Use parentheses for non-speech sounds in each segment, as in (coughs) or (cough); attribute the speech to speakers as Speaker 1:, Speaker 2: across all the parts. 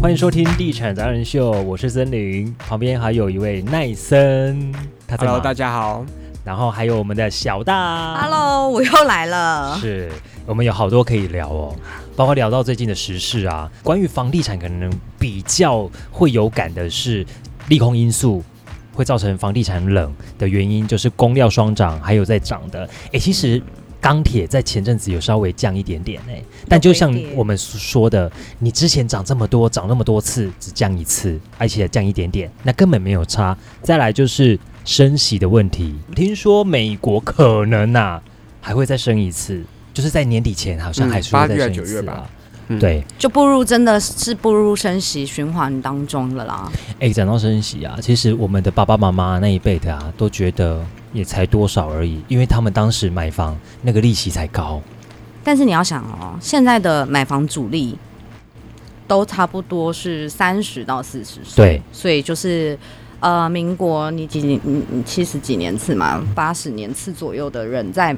Speaker 1: 欢迎收听《地产达人秀》，我是森林，旁边还有一位奈森，他在
Speaker 2: Hello，
Speaker 1: 忙
Speaker 2: 大家好。
Speaker 1: 然后还有我们的小大
Speaker 3: Hello，我又来了。
Speaker 1: 是我们有好多可以聊哦，包括聊到最近的时事啊，关于房地产可能比较会有感的是利空因素。会造成房地产冷的原因就是供料双涨，还有在涨的。诶，其实钢铁在前阵子有稍微降一点点诶，但就像我们说的，你之前涨这么多，涨那么多次，只降一次，而且降一点点，那根本没有差。再来就是升息的问题，听说美国可能呐、还会再升一次，就是在年底前好像
Speaker 2: 嗯
Speaker 1: 还是会
Speaker 2: 八
Speaker 1: 再
Speaker 2: 月
Speaker 1: 升一
Speaker 2: 九月
Speaker 1: 次
Speaker 2: 吧
Speaker 1: 啊。
Speaker 2: 嗯
Speaker 1: 对，
Speaker 3: 就步入真的是步入升息循环当中了啦。
Speaker 1: 哎，讲到升息啊，其实我们的爸爸妈妈那一辈的啊，都觉得也才多少而已，因为他们当时买房那个利息才高，
Speaker 3: 但是你要想哦，现在的买房主力都差不多是三十到四十岁，
Speaker 1: 对，
Speaker 3: 所以就是呃，民国你几你你七十几年次嘛，八十年次左右的人在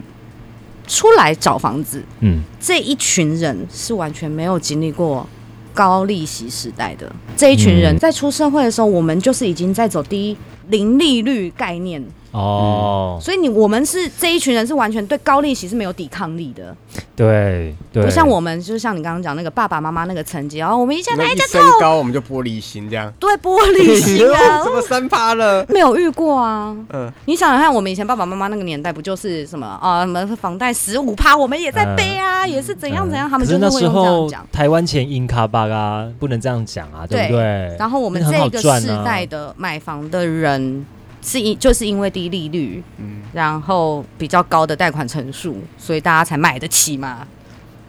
Speaker 3: 出来找房子，
Speaker 1: 嗯，
Speaker 3: 这一群人是完全没有经历过高利息时代的。这一群人
Speaker 1: 嗯
Speaker 3: 在出社会的时候，我们就是已经在走低零利率概念，
Speaker 2: 嗯
Speaker 1: 哦，
Speaker 3: 所以你我们是这一群人是完全对高利息是没有抵抗力的，
Speaker 1: 对对，
Speaker 3: 不像我们就是像你刚刚讲那个爸爸妈妈那个层级，然啊后我们一下
Speaker 2: 我们
Speaker 3: 来
Speaker 2: 一
Speaker 3: 家
Speaker 2: 升高我们就玻璃心这样。
Speaker 3: 对玻璃心
Speaker 1: (laughs)
Speaker 3: 啊
Speaker 2: 怎。么三趴了？
Speaker 3: 没有遇过啊！
Speaker 2: 嗯，
Speaker 3: 你想想看，我们以前爸爸妈妈那个年代，不就是什么啊？什么房贷十五趴，我们也在背啊，也是怎样怎样，
Speaker 1: 嗯
Speaker 3: 他们
Speaker 1: 可
Speaker 3: 就是是
Speaker 1: 那
Speaker 3: 会
Speaker 1: 时
Speaker 3: 用这样
Speaker 1: 候
Speaker 3: 讲。
Speaker 1: 台湾前英卡巴啊，不能这样讲啊，对不
Speaker 3: 对
Speaker 1: 对？
Speaker 3: 然后我们
Speaker 1: 那很好
Speaker 3: 这个
Speaker 1: 赚
Speaker 3: 世
Speaker 1: 啊
Speaker 3: 代的买房的人，是因就是因为低利率，
Speaker 2: 嗯，
Speaker 3: 然后比较高的贷款成数，所以大家才买得起嘛，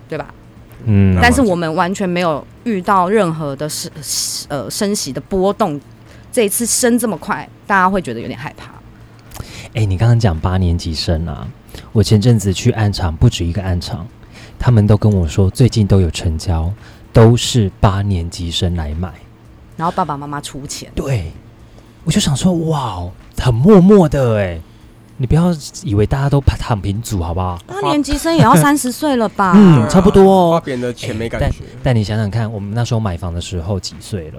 Speaker 3: 对吧？
Speaker 1: 嗯
Speaker 2: 那
Speaker 3: 但是
Speaker 2: 完全
Speaker 3: 我们完全没有遇到任何的是呃升息的波动，这一次升这么快，大家会觉得有点害怕。
Speaker 1: 哎、你刚刚讲八年级生啊，我前阵子去暗场，不止一个暗场，他们都跟我说最近都有成交，都是八年级生来买。
Speaker 3: 然后爸爸妈妈出钱，
Speaker 1: 对，我就想说，哇哦，很默默的哎、你不要以为大家都躺平族好不好？
Speaker 3: 八年级生也
Speaker 1: (laughs)
Speaker 3: 要三十岁了吧？
Speaker 1: 嗯差不多哦
Speaker 2: 啊花别人的钱没感觉，
Speaker 1: 但你想想看，我们那时候买房的时候几岁了？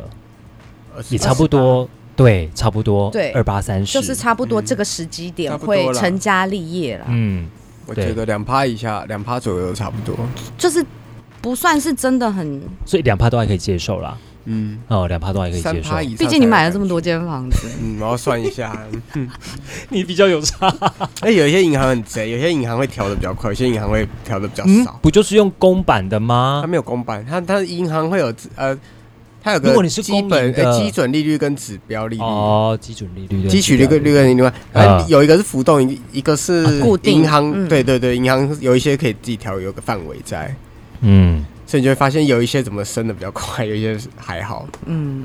Speaker 2: 28
Speaker 1: 哎也差不多，对，差不多，
Speaker 3: 对
Speaker 1: 二八三十，
Speaker 3: 就是差不多这个时机点
Speaker 2: 差不多啦
Speaker 3: 会成家立业了，
Speaker 1: 嗯，
Speaker 2: 我觉得两趴以下，两趴左右都差不多。
Speaker 3: 就是不算是真的很
Speaker 1: 所以两趴都还可以接受啦。
Speaker 2: 嗯，
Speaker 1: 哦，两趴都还可以
Speaker 2: 三
Speaker 1: 接受
Speaker 2: 趴以，上，
Speaker 3: 毕竟你买了这么。多间房子，
Speaker 2: 嗯，我要算一下。 (laughs)
Speaker 1: 你比较有差。
Speaker 2: 哎，有一些银行很贼，有些银行会调的比较快，有些银行会调的比较
Speaker 1: 嗯
Speaker 2: 少，。
Speaker 1: 不就是用公版的
Speaker 2: 它
Speaker 1: 吗？
Speaker 2: 没有公版，它它银行会有呃，它有个
Speaker 1: 如果你是公
Speaker 2: 基
Speaker 1: 民
Speaker 2: 本
Speaker 1: 的
Speaker 2: 呃基准利率跟指标利率。
Speaker 1: 哦，基准利率、
Speaker 2: 汲取率跟率跟另外，
Speaker 1: 啊
Speaker 2: 呃，有一个是浮动，一一个是
Speaker 3: 固定
Speaker 2: 银行，
Speaker 3: 嗯
Speaker 2: 对对对，银行有一些可以自己调，有个范围在，
Speaker 1: 嗯，
Speaker 2: 所以你就会发现有一些怎么升的比较快，有一些还好。
Speaker 3: 嗯，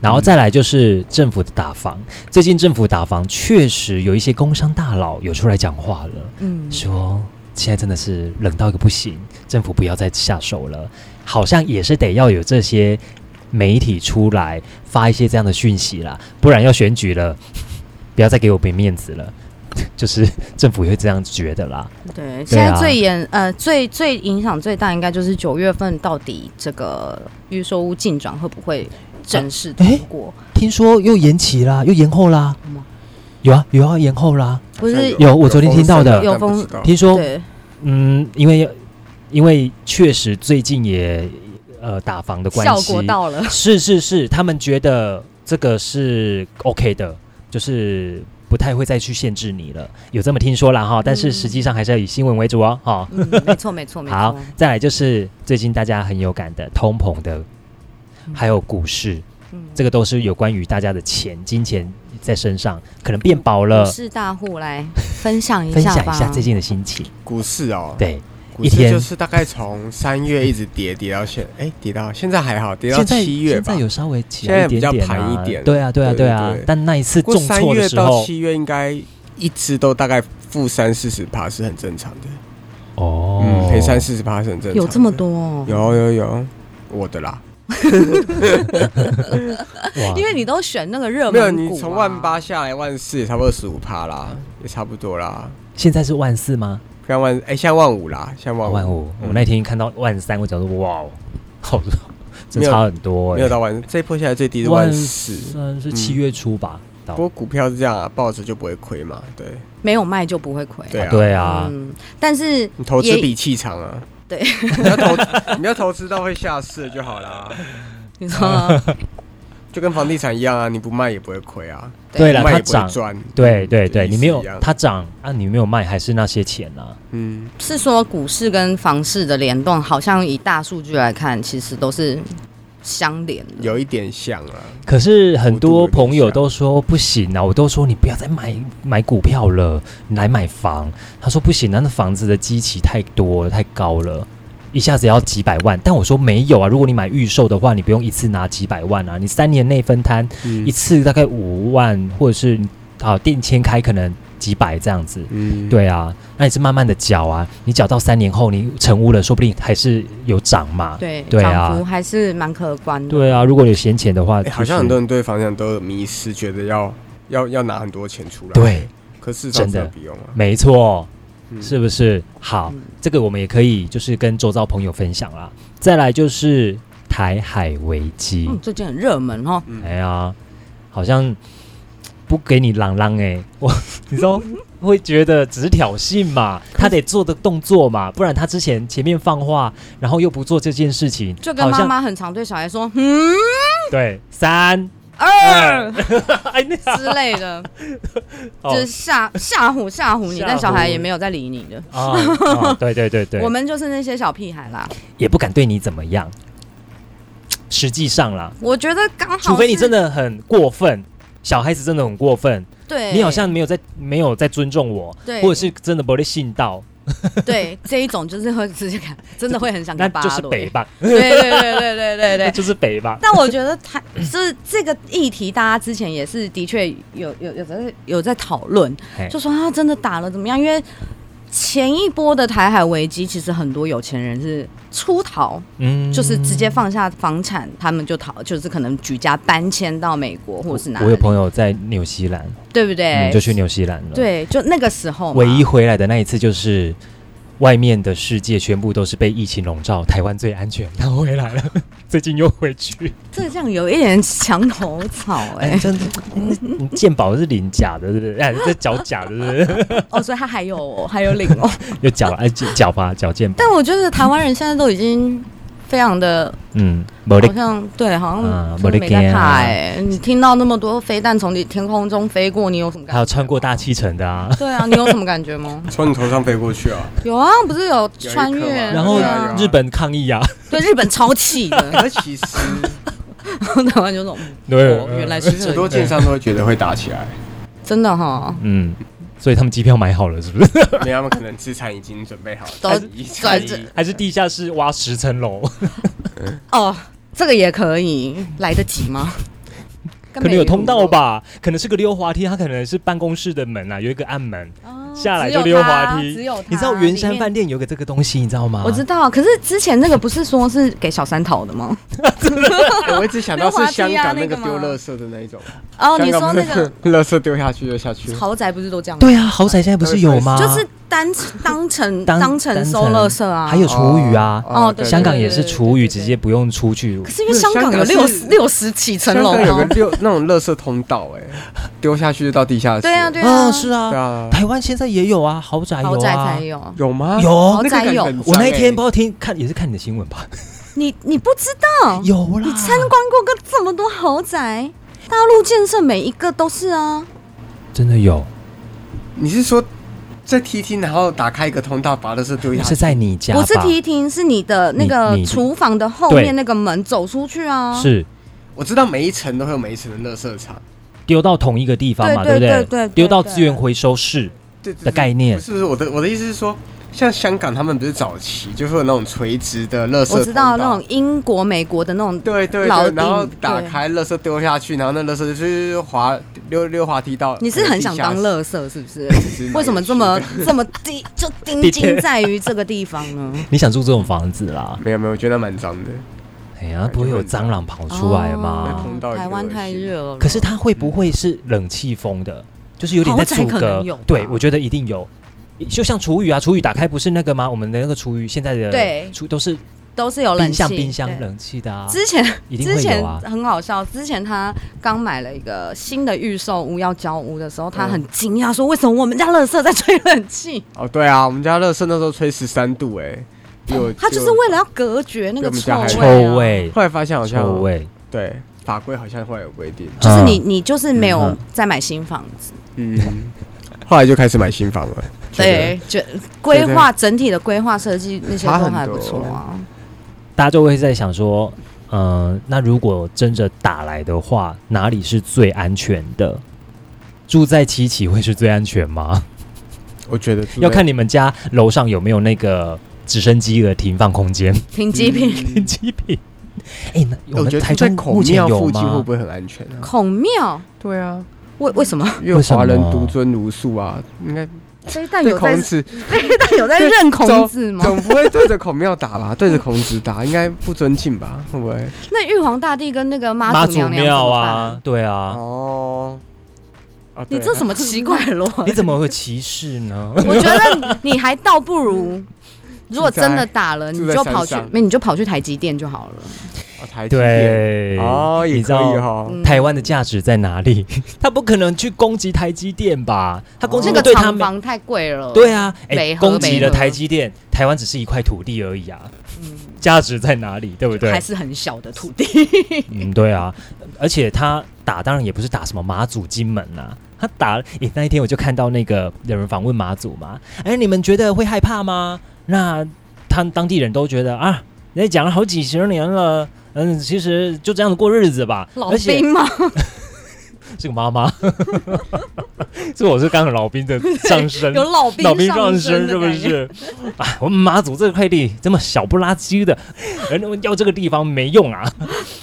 Speaker 1: 然后再来就是政府的打房，最近政府打房确实有一些工商大佬有出来讲话了，
Speaker 3: 嗯，
Speaker 1: 说现在真的是冷到一个不行，政府不要再下手了，好像也是得要有这些媒体出来发一些这样的讯息啦，不然要选举了，不要再给我没面子了， (laughs) 就是政府也会这样觉得啦。
Speaker 3: 对，啊现在最严呃最最影响最大应该就是九月份到底这个预售屋进转会不会正式通过？
Speaker 1: 听说又延期啦，又延后啦
Speaker 3: 什么，
Speaker 1: 有啊，有要延后啦。
Speaker 3: 不
Speaker 2: 好像
Speaker 3: 是
Speaker 1: 有我昨天听到的
Speaker 2: 有风声但不知道
Speaker 1: 听说，
Speaker 3: 对，
Speaker 1: 嗯，因为因为确实最近也呃打房的关
Speaker 3: 效
Speaker 1: 系，
Speaker 3: 果到了，
Speaker 1: 是是是，他们觉得这个是 OK 的，就是不太会再去限制你了，有这么听说啦哈。但是实际上还是要以新闻为主哦，哈、
Speaker 3: 嗯，没错没错没
Speaker 1: 好
Speaker 3: 错，，
Speaker 1: 再来就是最近大家很有感的通膨的，还有股市，
Speaker 3: 嗯
Speaker 1: 这个都是有关于大家的钱、金钱在身上可能变薄了
Speaker 3: 股。市大户来分享一
Speaker 1: 分
Speaker 3: 下
Speaker 1: 享
Speaker 3: 吧
Speaker 1: 一下，最近的心情，
Speaker 2: 股市哦，，
Speaker 1: 对，
Speaker 2: 股市
Speaker 1: 一天
Speaker 2: 就是大概从三月一直跌跌到现，哎，跌到现在还好，跌到
Speaker 1: 现在
Speaker 2: 七月
Speaker 1: 现
Speaker 2: 吧
Speaker 1: 在。有稍微起来一点
Speaker 2: 现在比
Speaker 1: 点
Speaker 2: 较盘
Speaker 1: 啊
Speaker 2: 一点
Speaker 1: 对啊对啊对啊
Speaker 2: 对对对，
Speaker 1: 但那一次
Speaker 2: 不过
Speaker 1: 重
Speaker 2: 三
Speaker 1: 挫的
Speaker 2: 月
Speaker 1: 时
Speaker 2: 到
Speaker 1: 候，
Speaker 2: 七月应该一直都大概负三四十趴是很正常的，
Speaker 1: 哦
Speaker 2: 嗯，，赔三四十趴是很正常。
Speaker 3: 有这么？多、哦，
Speaker 2: 有有有，我的啦。
Speaker 1: 哇
Speaker 3: 因为你都选那个热门
Speaker 2: 没
Speaker 3: 股、啊
Speaker 2: 有，你从万，八下来万四，也差不多十五趴啦，也差不多啦。
Speaker 1: 现在是万四吗？
Speaker 2: 像万哎，像万五啦，像万
Speaker 1: 万五，我那天看到万三，我讲说哇哦，好这
Speaker 2: 没有
Speaker 1: 差很多、欸，
Speaker 2: 没有到万，这一波下来最低是
Speaker 1: 万
Speaker 2: 万四。
Speaker 1: 三是七月初吧？到
Speaker 2: 不过股票是这样啊，抱着就不会亏嘛。对
Speaker 3: 没有卖就不会亏。
Speaker 2: 对啊，
Speaker 1: 对啊，
Speaker 3: 嗯，但是
Speaker 2: 你投资
Speaker 3: 也
Speaker 2: 比气场啊。(laughs)
Speaker 3: 对，
Speaker 2: 你要投，你要投资到会下市就好啦。
Speaker 3: 你
Speaker 1: (laughs)
Speaker 3: 说
Speaker 2: 就跟房地产一样啊，你不卖也不会亏啊，
Speaker 1: 对啦
Speaker 2: 卖
Speaker 1: 它
Speaker 2: 也不会
Speaker 1: 涨，
Speaker 2: 赚。
Speaker 1: 对对
Speaker 2: 就
Speaker 1: 对，
Speaker 2: 意思
Speaker 1: 你没有
Speaker 2: 一样
Speaker 1: 它涨啊，你没有卖还是那些钱啊？
Speaker 2: 嗯，
Speaker 3: 是说股市跟房市的联动，好像以大数据来看，其实都是相连的。
Speaker 2: 有一点像啊。
Speaker 1: 可是很多
Speaker 2: 幅度有点
Speaker 1: 朋友
Speaker 2: 小
Speaker 1: 都说不行啊，我都说你不要再买买股票了，你来买房。他说不行啊，那房子的基期太多了，太高了。一下子要几百万，但我说没有啊。如果你买预售的话，你不用一次拿几百万啊，你三年内分摊
Speaker 2: 嗯
Speaker 1: 一次大概五万，或者是啊定签开可能几百这样子。
Speaker 2: 嗯，
Speaker 1: 对啊，那你是慢慢的缴啊，你缴到三年后你成屋了，说不定还是有涨嘛。
Speaker 3: 对，
Speaker 1: 对啊
Speaker 3: 涨幅还是蛮可观的。
Speaker 1: 对啊，如果有闲钱的话，
Speaker 2: 哎好像
Speaker 1: 就是
Speaker 2: 很多人对房地产都有迷失，觉得要要要拿很多钱出来。，
Speaker 1: 对，
Speaker 2: 可是市场
Speaker 1: 真的
Speaker 2: 真的不用啊。
Speaker 1: 没错，
Speaker 2: 嗯
Speaker 1: 是不是？好
Speaker 3: 嗯，
Speaker 1: 这个我们也可以就是跟周遭朋友分享啦。再来就是台海危机，
Speaker 3: 嗯，最近很热门哦。
Speaker 2: 嗯
Speaker 1: 哎呀，好像不给你朗朗哎、我 (laughs) 你知道会觉得只是挑衅嘛，他得做的动作嘛，不然他之前前面放话，然后又不做这件事情，
Speaker 3: 就跟
Speaker 1: 好
Speaker 3: 妈
Speaker 1: 像
Speaker 3: 妈很常对小孩说“嗯
Speaker 1: 对三
Speaker 3: 二”
Speaker 1: (laughs) 哎那
Speaker 3: 之类的，
Speaker 1: (laughs) 哦
Speaker 3: 就是吓吓唬吓唬你，
Speaker 1: 吓唬
Speaker 3: 但小孩也没有在理你的。
Speaker 1: 啊、啊对对对对，
Speaker 3: (laughs) 我们就是那些小屁孩啦。
Speaker 1: 也不敢对你怎么样。实际上啦，
Speaker 3: 我觉得刚好是，
Speaker 1: 除非你真的很过分，小孩子真的很过分，
Speaker 3: 对，
Speaker 1: 你好像没有在没有在尊重我，
Speaker 3: 对
Speaker 1: 或者是真的不会信到，
Speaker 3: 对这一种就是会直接看，真的会很
Speaker 1: (laughs)
Speaker 3: 想
Speaker 1: 那
Speaker 3: 看巴
Speaker 1: 就是
Speaker 3: 洛
Speaker 1: 北吧，
Speaker 3: 对对对对对对
Speaker 1: 那
Speaker 3: 对。
Speaker 1: 就是北吧。
Speaker 3: 但我觉得他就是这个议题，大家之前也是的确有有有在有在讨论，
Speaker 1: 嘿
Speaker 3: 就说他真的打了怎么样？因为前一波的台海危机，其实很多有钱人是出逃，
Speaker 1: 嗯
Speaker 3: 就是直接放下房产，他们就逃，就是可能举家搬迁到美国或者是哪
Speaker 1: 我有
Speaker 3: 里，
Speaker 1: 朋友在纽西兰，
Speaker 3: 对不对？
Speaker 1: 嗯，就去纽西兰了。，
Speaker 3: 对，就那个时候嘛，
Speaker 1: 唯一回来的那一次就是。外面的世界全部都是被疫情笼罩，台湾最安全。他 (laughs) 回来了，最近又回去。
Speaker 3: 这这样有一点墙头
Speaker 1: (laughs)
Speaker 3: 草哎、
Speaker 1: 哎，真的，嗯你鉴宝是领假的，对不对？哎，这脚假的，对不对？ (laughs)
Speaker 3: 哦，所以他还有还有领哦。
Speaker 1: 有脚，哎，脚吧，脚鉴宝。
Speaker 3: 但我觉得台湾人现在都已经非常的
Speaker 1: 嗯，没得
Speaker 3: 好像对，好
Speaker 1: 啊
Speaker 3: 像真的没
Speaker 1: 没
Speaker 3: 在
Speaker 1: 得怕
Speaker 3: 怕
Speaker 1: 啊
Speaker 3: 哎、你听到那么多飞弹从你天空中飞过，你有什么感觉？
Speaker 1: 还有穿过大气层的
Speaker 3: (laughs)
Speaker 1: 啊，
Speaker 3: 对啊，你有什么感
Speaker 1: (laughs)
Speaker 3: 觉吗？
Speaker 2: 从你头上飞过去啊！
Speaker 3: 有啊，不是有
Speaker 2: 有一
Speaker 3: 穿
Speaker 2: 刻
Speaker 3: 越，
Speaker 2: 嘛
Speaker 1: 然后
Speaker 3: 对
Speaker 2: 有啊有啊
Speaker 3: 啊
Speaker 1: 日本抗议啊，
Speaker 3: 对日本超
Speaker 1: (laughs)
Speaker 3: 气的，
Speaker 2: (laughs) 可是其实
Speaker 3: 然后台湾就说
Speaker 1: 对
Speaker 3: 哦原来
Speaker 2: 其
Speaker 3: 是
Speaker 2: 实
Speaker 3: 这
Speaker 2: 很多
Speaker 3: 样，
Speaker 2: 建商都会觉得会打起来，
Speaker 3: 真的哈，
Speaker 1: 嗯，所以他们机票买好了是
Speaker 3: (laughs)
Speaker 1: 不是？
Speaker 2: (laughs) 没有他们可能资产已经准备好，
Speaker 3: 都
Speaker 2: 一
Speaker 3: 转
Speaker 2: 一
Speaker 3: 转
Speaker 1: 还是地下室挖十层楼？
Speaker 3: 哦，这个也可以来得及吗？
Speaker 1: (laughs) 可能有通道吧，可能是个溜滑梯，它可能是办公室的门啊，有一个暗门，
Speaker 3: 哦？
Speaker 1: 下来
Speaker 3: 只有
Speaker 1: 就溜滑梯
Speaker 3: 它只有它
Speaker 1: 你知道圆山
Speaker 3: 里面
Speaker 1: 饭店有个这个东西，你知道吗？
Speaker 3: 我知道，可是之前那个不是说是给小三讨的吗？
Speaker 2: 哎我一直想
Speaker 3: (laughs)
Speaker 2: 到是香港那个丢
Speaker 3: 溜滑梯啊那个吗
Speaker 2: 垃圾的那一种，
Speaker 3: 哦，
Speaker 2: 香
Speaker 3: 你说
Speaker 2: 港不是
Speaker 3: 那个
Speaker 2: (laughs) 垃圾丢下去就下去了，
Speaker 3: 豪宅不是都这样吗？
Speaker 1: 对啊，豪宅现在不是有吗？
Speaker 3: 啊就是单当成
Speaker 1: 啊当
Speaker 3: 当成收垃圾啊，
Speaker 1: 还有厨余啊，
Speaker 3: 哦对对
Speaker 1: 香港也是厨余，
Speaker 3: 对对对
Speaker 1: 直接不用出去。
Speaker 3: 可是因为香港有
Speaker 2: 不是香
Speaker 3: 六
Speaker 2: 港
Speaker 3: 十
Speaker 2: 是
Speaker 3: 六十几层
Speaker 2: 香
Speaker 3: 楼
Speaker 2: 港有个
Speaker 3: 哦，
Speaker 2: 六那种垃圾通道，哎， (laughs) 丢下去就到地下室。
Speaker 3: 对啊对啊，
Speaker 1: 啊，是啊，
Speaker 2: 对啊，
Speaker 1: 台湾现在也有啊，豪宅有啊，
Speaker 3: 豪宅才有。
Speaker 2: 有吗？
Speaker 1: 有啊
Speaker 3: 豪
Speaker 2: 那
Speaker 3: 宅
Speaker 2: 个感觉
Speaker 3: 有
Speaker 2: 很脏
Speaker 1: 我那一天
Speaker 2: 哎
Speaker 1: 不知道听看也是看你的新闻吧，
Speaker 3: 你你不知道，
Speaker 1: 有啦，
Speaker 3: 哦你参观过个这么多豪宅，大陆建设每一个都是啊，
Speaker 1: 真的有，
Speaker 2: 你是说在梯梯，然后打开一个通道，把垃圾丢下
Speaker 1: 是
Speaker 2: 去？
Speaker 1: 在你家吧？
Speaker 3: 不是提厅，是你的那个
Speaker 1: 你你
Speaker 3: 厨房的后
Speaker 1: 对
Speaker 3: 面那个门走出去啊，
Speaker 1: 是
Speaker 2: 我知道每一层都会有每一层的啊垃圾场，
Speaker 1: 丢到同一个地方嘛，
Speaker 3: 对
Speaker 1: 不对
Speaker 3: 对对对对
Speaker 1: 丢到资源回收室
Speaker 2: 对对
Speaker 1: 的概念
Speaker 2: 不。是不是，我的我的意思是说，像香港他们不是早期就是有那种垂直的垃圾通道，
Speaker 3: 我知道那种英国、美国的那种，
Speaker 2: 对对
Speaker 3: 老
Speaker 2: 对，然后
Speaker 3: 顶
Speaker 2: 打
Speaker 3: 对
Speaker 2: 开垃圾丢下去，然后那垃圾就是滑溜溜滑梯到。
Speaker 3: 你是很想当
Speaker 2: 地
Speaker 3: 乐色是不是？
Speaker 2: 下室
Speaker 3: 为什么这？么这么低就钉
Speaker 1: 钉
Speaker 3: 钉在于这个地方呢？
Speaker 1: 你想住这种房子啦？
Speaker 2: 没有没有，我觉得蛮脏的。
Speaker 1: 哎呀，不会有蟑螂跑出来
Speaker 2: 哦
Speaker 1: 吗？
Speaker 2: 通道
Speaker 3: 台湾太热了，
Speaker 1: 可是它会不会是冷气风的？就是有点在阻
Speaker 3: 豪宅可
Speaker 1: 隔
Speaker 3: 能有吧。
Speaker 1: 对，我觉得一定有。就像厨余啊，厨余打开不是那个吗？我们的那个厨余现在的
Speaker 3: 对
Speaker 1: 厨都是
Speaker 3: 都是有冷
Speaker 1: 冰
Speaker 3: 气，
Speaker 1: 箱冰箱
Speaker 3: 对
Speaker 1: 冷气的啊，
Speaker 3: 之前
Speaker 1: 一定
Speaker 3: 之
Speaker 1: 会
Speaker 3: 前
Speaker 1: 有啊。
Speaker 3: 很好笑，之前他刚买了一个新的预售屋要交屋的时候，他很惊讶说：“为什么我们家垃圾在吹冷 (laughs) 气
Speaker 2: 哦，对啊，我们家热身那时候吹十三度、欸，哎，？”
Speaker 3: 他就是为了要隔绝那个
Speaker 2: 比我们家还
Speaker 3: 味、啊，
Speaker 1: 臭，味，
Speaker 2: 后来发现好像
Speaker 1: 臭味，
Speaker 2: 对法规好像后来有规定，啊
Speaker 3: 就是
Speaker 1: 嗯
Speaker 3: 你你就是没有
Speaker 1: 嗯
Speaker 3: 再买新房子，
Speaker 2: 嗯，后来就开始买新房了，
Speaker 3: 嗯
Speaker 2: 觉得
Speaker 3: 对，就规划整体的规划设计那些
Speaker 2: 差
Speaker 3: 都
Speaker 2: 很
Speaker 3: 还不
Speaker 2: 多
Speaker 3: 错啊。
Speaker 1: 大家就会在想说，嗯、那如果真的打来的话，哪里是最安全的？住在七期会是最安全吗？
Speaker 2: 我觉得
Speaker 1: 要看你们家楼上有没有那个直升机的停放空间。
Speaker 3: 停机坪、
Speaker 2: 坪，
Speaker 1: 极品，哎、那我
Speaker 2: (laughs) 嗯我
Speaker 1: 们
Speaker 2: 觉得
Speaker 1: 台
Speaker 2: 住在
Speaker 1: 中
Speaker 2: 孔
Speaker 1: 目前
Speaker 2: 庙
Speaker 1: 有
Speaker 2: 附近
Speaker 1: 吗？
Speaker 2: 会不会很安全啊？
Speaker 3: 孔庙，
Speaker 2: 对啊，
Speaker 3: 为为什么？
Speaker 2: 因
Speaker 1: 为
Speaker 2: 为
Speaker 1: 什
Speaker 2: 华人
Speaker 1: 么
Speaker 2: 独尊儒术啊，应该
Speaker 3: 飞弹
Speaker 2: 对
Speaker 3: 有在
Speaker 2: 孔子
Speaker 3: 飞弹有在
Speaker 2: 对
Speaker 3: 认孔子吗？
Speaker 2: 总不会对着孔庙打吧？ (laughs) 对着孔子打，应该不尊敬吧？会不会？
Speaker 3: 那玉皇大帝跟那个妈
Speaker 1: 妈
Speaker 3: 祖
Speaker 1: 祖
Speaker 3: 娘娘怎
Speaker 1: 庙
Speaker 3: 么
Speaker 1: 啊
Speaker 3: 办？，
Speaker 1: 对啊，
Speaker 2: 哦，啊，
Speaker 3: 你这什
Speaker 2: 么？
Speaker 3: 么奇怪的逻辑
Speaker 1: 你？怎么会歧视
Speaker 2: (laughs)
Speaker 1: 呢？
Speaker 3: 我觉得你还倒不如，如果真的打了，
Speaker 2: 住
Speaker 3: 你
Speaker 2: 在
Speaker 3: 就跑去
Speaker 2: 山上
Speaker 3: 没你就跑去台积电就好了。
Speaker 2: 哦台积
Speaker 1: (laughs)
Speaker 2: 电
Speaker 1: 对，
Speaker 2: 哦，也
Speaker 1: 你知
Speaker 2: 可
Speaker 1: 道
Speaker 2: 以哈。
Speaker 3: 嗯
Speaker 1: 台湾的价值在哪里？ (laughs) 他不可能去攻击台积电吧？他攻击
Speaker 3: 那
Speaker 1: 的
Speaker 3: 个
Speaker 1: 哦对他
Speaker 3: 厂
Speaker 1: 们。
Speaker 3: 房太贵了。
Speaker 1: 对啊，哎，
Speaker 3: 北河
Speaker 1: 攻击了
Speaker 3: 北河
Speaker 1: 台积电，台湾只是一块土地而已啊，
Speaker 3: 嗯，
Speaker 1: 价值在哪里？对不对
Speaker 3: 还？是很小的土地。
Speaker 1: 嗯，对啊，而且他打当然也不是打什么马祖金门啊，他打诶、那一天我就看到那个有人访问马祖嘛，哎，你们觉得会害怕吗？那他当地人都觉得啊，人家讲了好几十年了，嗯，其实就这样子过日子吧，(laughs)
Speaker 3: 老
Speaker 1: 而且
Speaker 3: 兵嘛，
Speaker 1: 是个妈妈， (laughs) 这我是刚好老兵的上身，
Speaker 3: (laughs) (laughs) 有老兵
Speaker 1: 老兵上
Speaker 3: 身
Speaker 1: 身
Speaker 3: 的
Speaker 1: 是不
Speaker 3: 感觉？ (laughs)
Speaker 1: 是？啊，我们马祖这块地这么小不拉几的，人家要这个地方没用啊。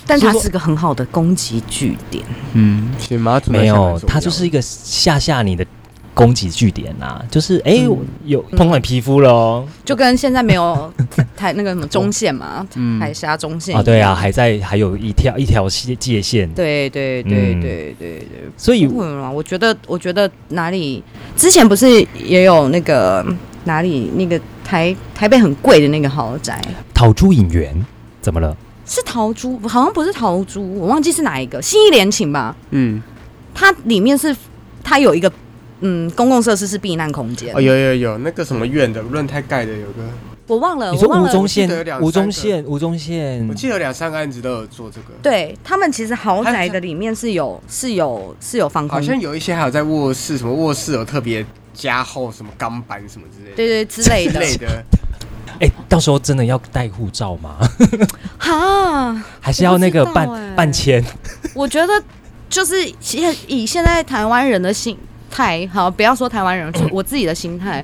Speaker 3: 但它是个很好的攻击据点。
Speaker 2: 嗯，其实马祖
Speaker 1: 没有，它就是一个吓吓你的攻击据点啊，就是哎、
Speaker 2: 嗯
Speaker 1: 我有碰到你皮肤了哦，
Speaker 3: 就跟现在没有台那个什么中线嘛，
Speaker 2: 嗯
Speaker 3: 海峡中线
Speaker 1: 啊，对啊，，还在还有一条一条界界限，
Speaker 3: 对对对
Speaker 1: 嗯
Speaker 3: 对对对，
Speaker 1: 所以
Speaker 2: 嗯
Speaker 3: 不会吗？我觉得，我觉得哪里之前不是也有那个哪里那个台台北很贵的那个豪宅，
Speaker 1: 逃出引援怎么了？
Speaker 3: 是桃珠，好像不是桃珠，我忘记是哪一个，新一联勤吧？
Speaker 2: 嗯，
Speaker 3: 它里面是它有一个嗯公共设施是避难空间，
Speaker 2: 哦，有有有，那个什么院的润泰盖的有个，
Speaker 3: 我忘了，
Speaker 1: 你
Speaker 3: 呃我
Speaker 1: 说
Speaker 3: 忘
Speaker 1: 吴
Speaker 3: 了。
Speaker 1: 宗
Speaker 2: 我记得有
Speaker 1: 宪，
Speaker 2: 两
Speaker 1: 吴宗
Speaker 2: 三个
Speaker 1: 宪，吴宗宪
Speaker 2: 我，记得有两三个案子都有做这个，
Speaker 3: 对他们其实豪
Speaker 2: 它
Speaker 3: 宅
Speaker 2: 是
Speaker 3: 的里面是有是有是有防空
Speaker 2: 好，像有一些还有在卧室，什么卧室有特别加厚什么钢板什么之类的，
Speaker 3: 对对之类
Speaker 2: 之
Speaker 3: 的
Speaker 2: 类的，
Speaker 1: 哎、到时候真的要带护照吗？
Speaker 3: 哈，
Speaker 1: 还是要那个
Speaker 3: 我不知道
Speaker 1: 办、
Speaker 3: 哎
Speaker 1: 办签？
Speaker 3: 我觉得就是现以现在台湾人的心态，好，不要说台湾人， (coughs) 就我自己的心态，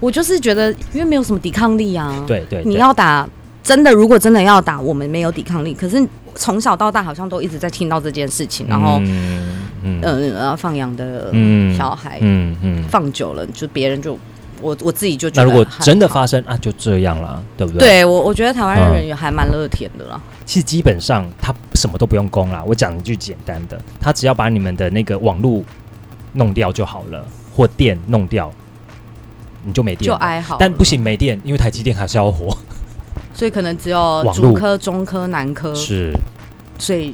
Speaker 3: 我就是觉得，因为没有什么抵抗力啊。，
Speaker 1: 对对对，
Speaker 3: 你要打真的，如果真的要打，我们没有抵抗力。可是从小到大，好像都一直在听到这件事情，然后，
Speaker 1: 嗯嗯
Speaker 3: 嗯呃，放羊的
Speaker 1: 嗯
Speaker 3: 小孩、
Speaker 1: 嗯嗯。
Speaker 3: 放久了，就别人就我我自己就觉
Speaker 1: 那
Speaker 3: 得，
Speaker 1: 如果真的。发生啊，就这样啦，对不对？，
Speaker 3: 对我，我觉得台湾
Speaker 1: 嗯
Speaker 3: 人也还蛮乐天的啦。
Speaker 1: 其实基本上他什么都不用攻啦。我讲一句简单的，他只要把你们的那个网路弄掉就好了，或电弄掉，你就没电
Speaker 3: 就
Speaker 1: 了。
Speaker 3: 哀嚎了，
Speaker 1: 但不行，没电，因为台积电还是要活。
Speaker 3: 所以可能只有
Speaker 1: 网
Speaker 3: 主
Speaker 1: 路
Speaker 3: 科、中科、南科
Speaker 1: 是，
Speaker 3: 所以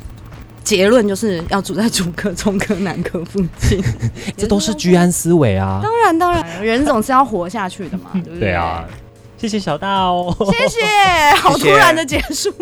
Speaker 3: 结论就是要住在主科、中科、南科附近。
Speaker 1: (laughs) 这都是居安思危啊。
Speaker 3: 当然，当然，人总是要活下去
Speaker 1: (laughs)
Speaker 3: 的嘛，对哦不对？
Speaker 1: 对啊，，谢谢小大哦。
Speaker 3: 谢谢，好
Speaker 2: 谢
Speaker 3: 突
Speaker 2: 谢
Speaker 3: 然的结束。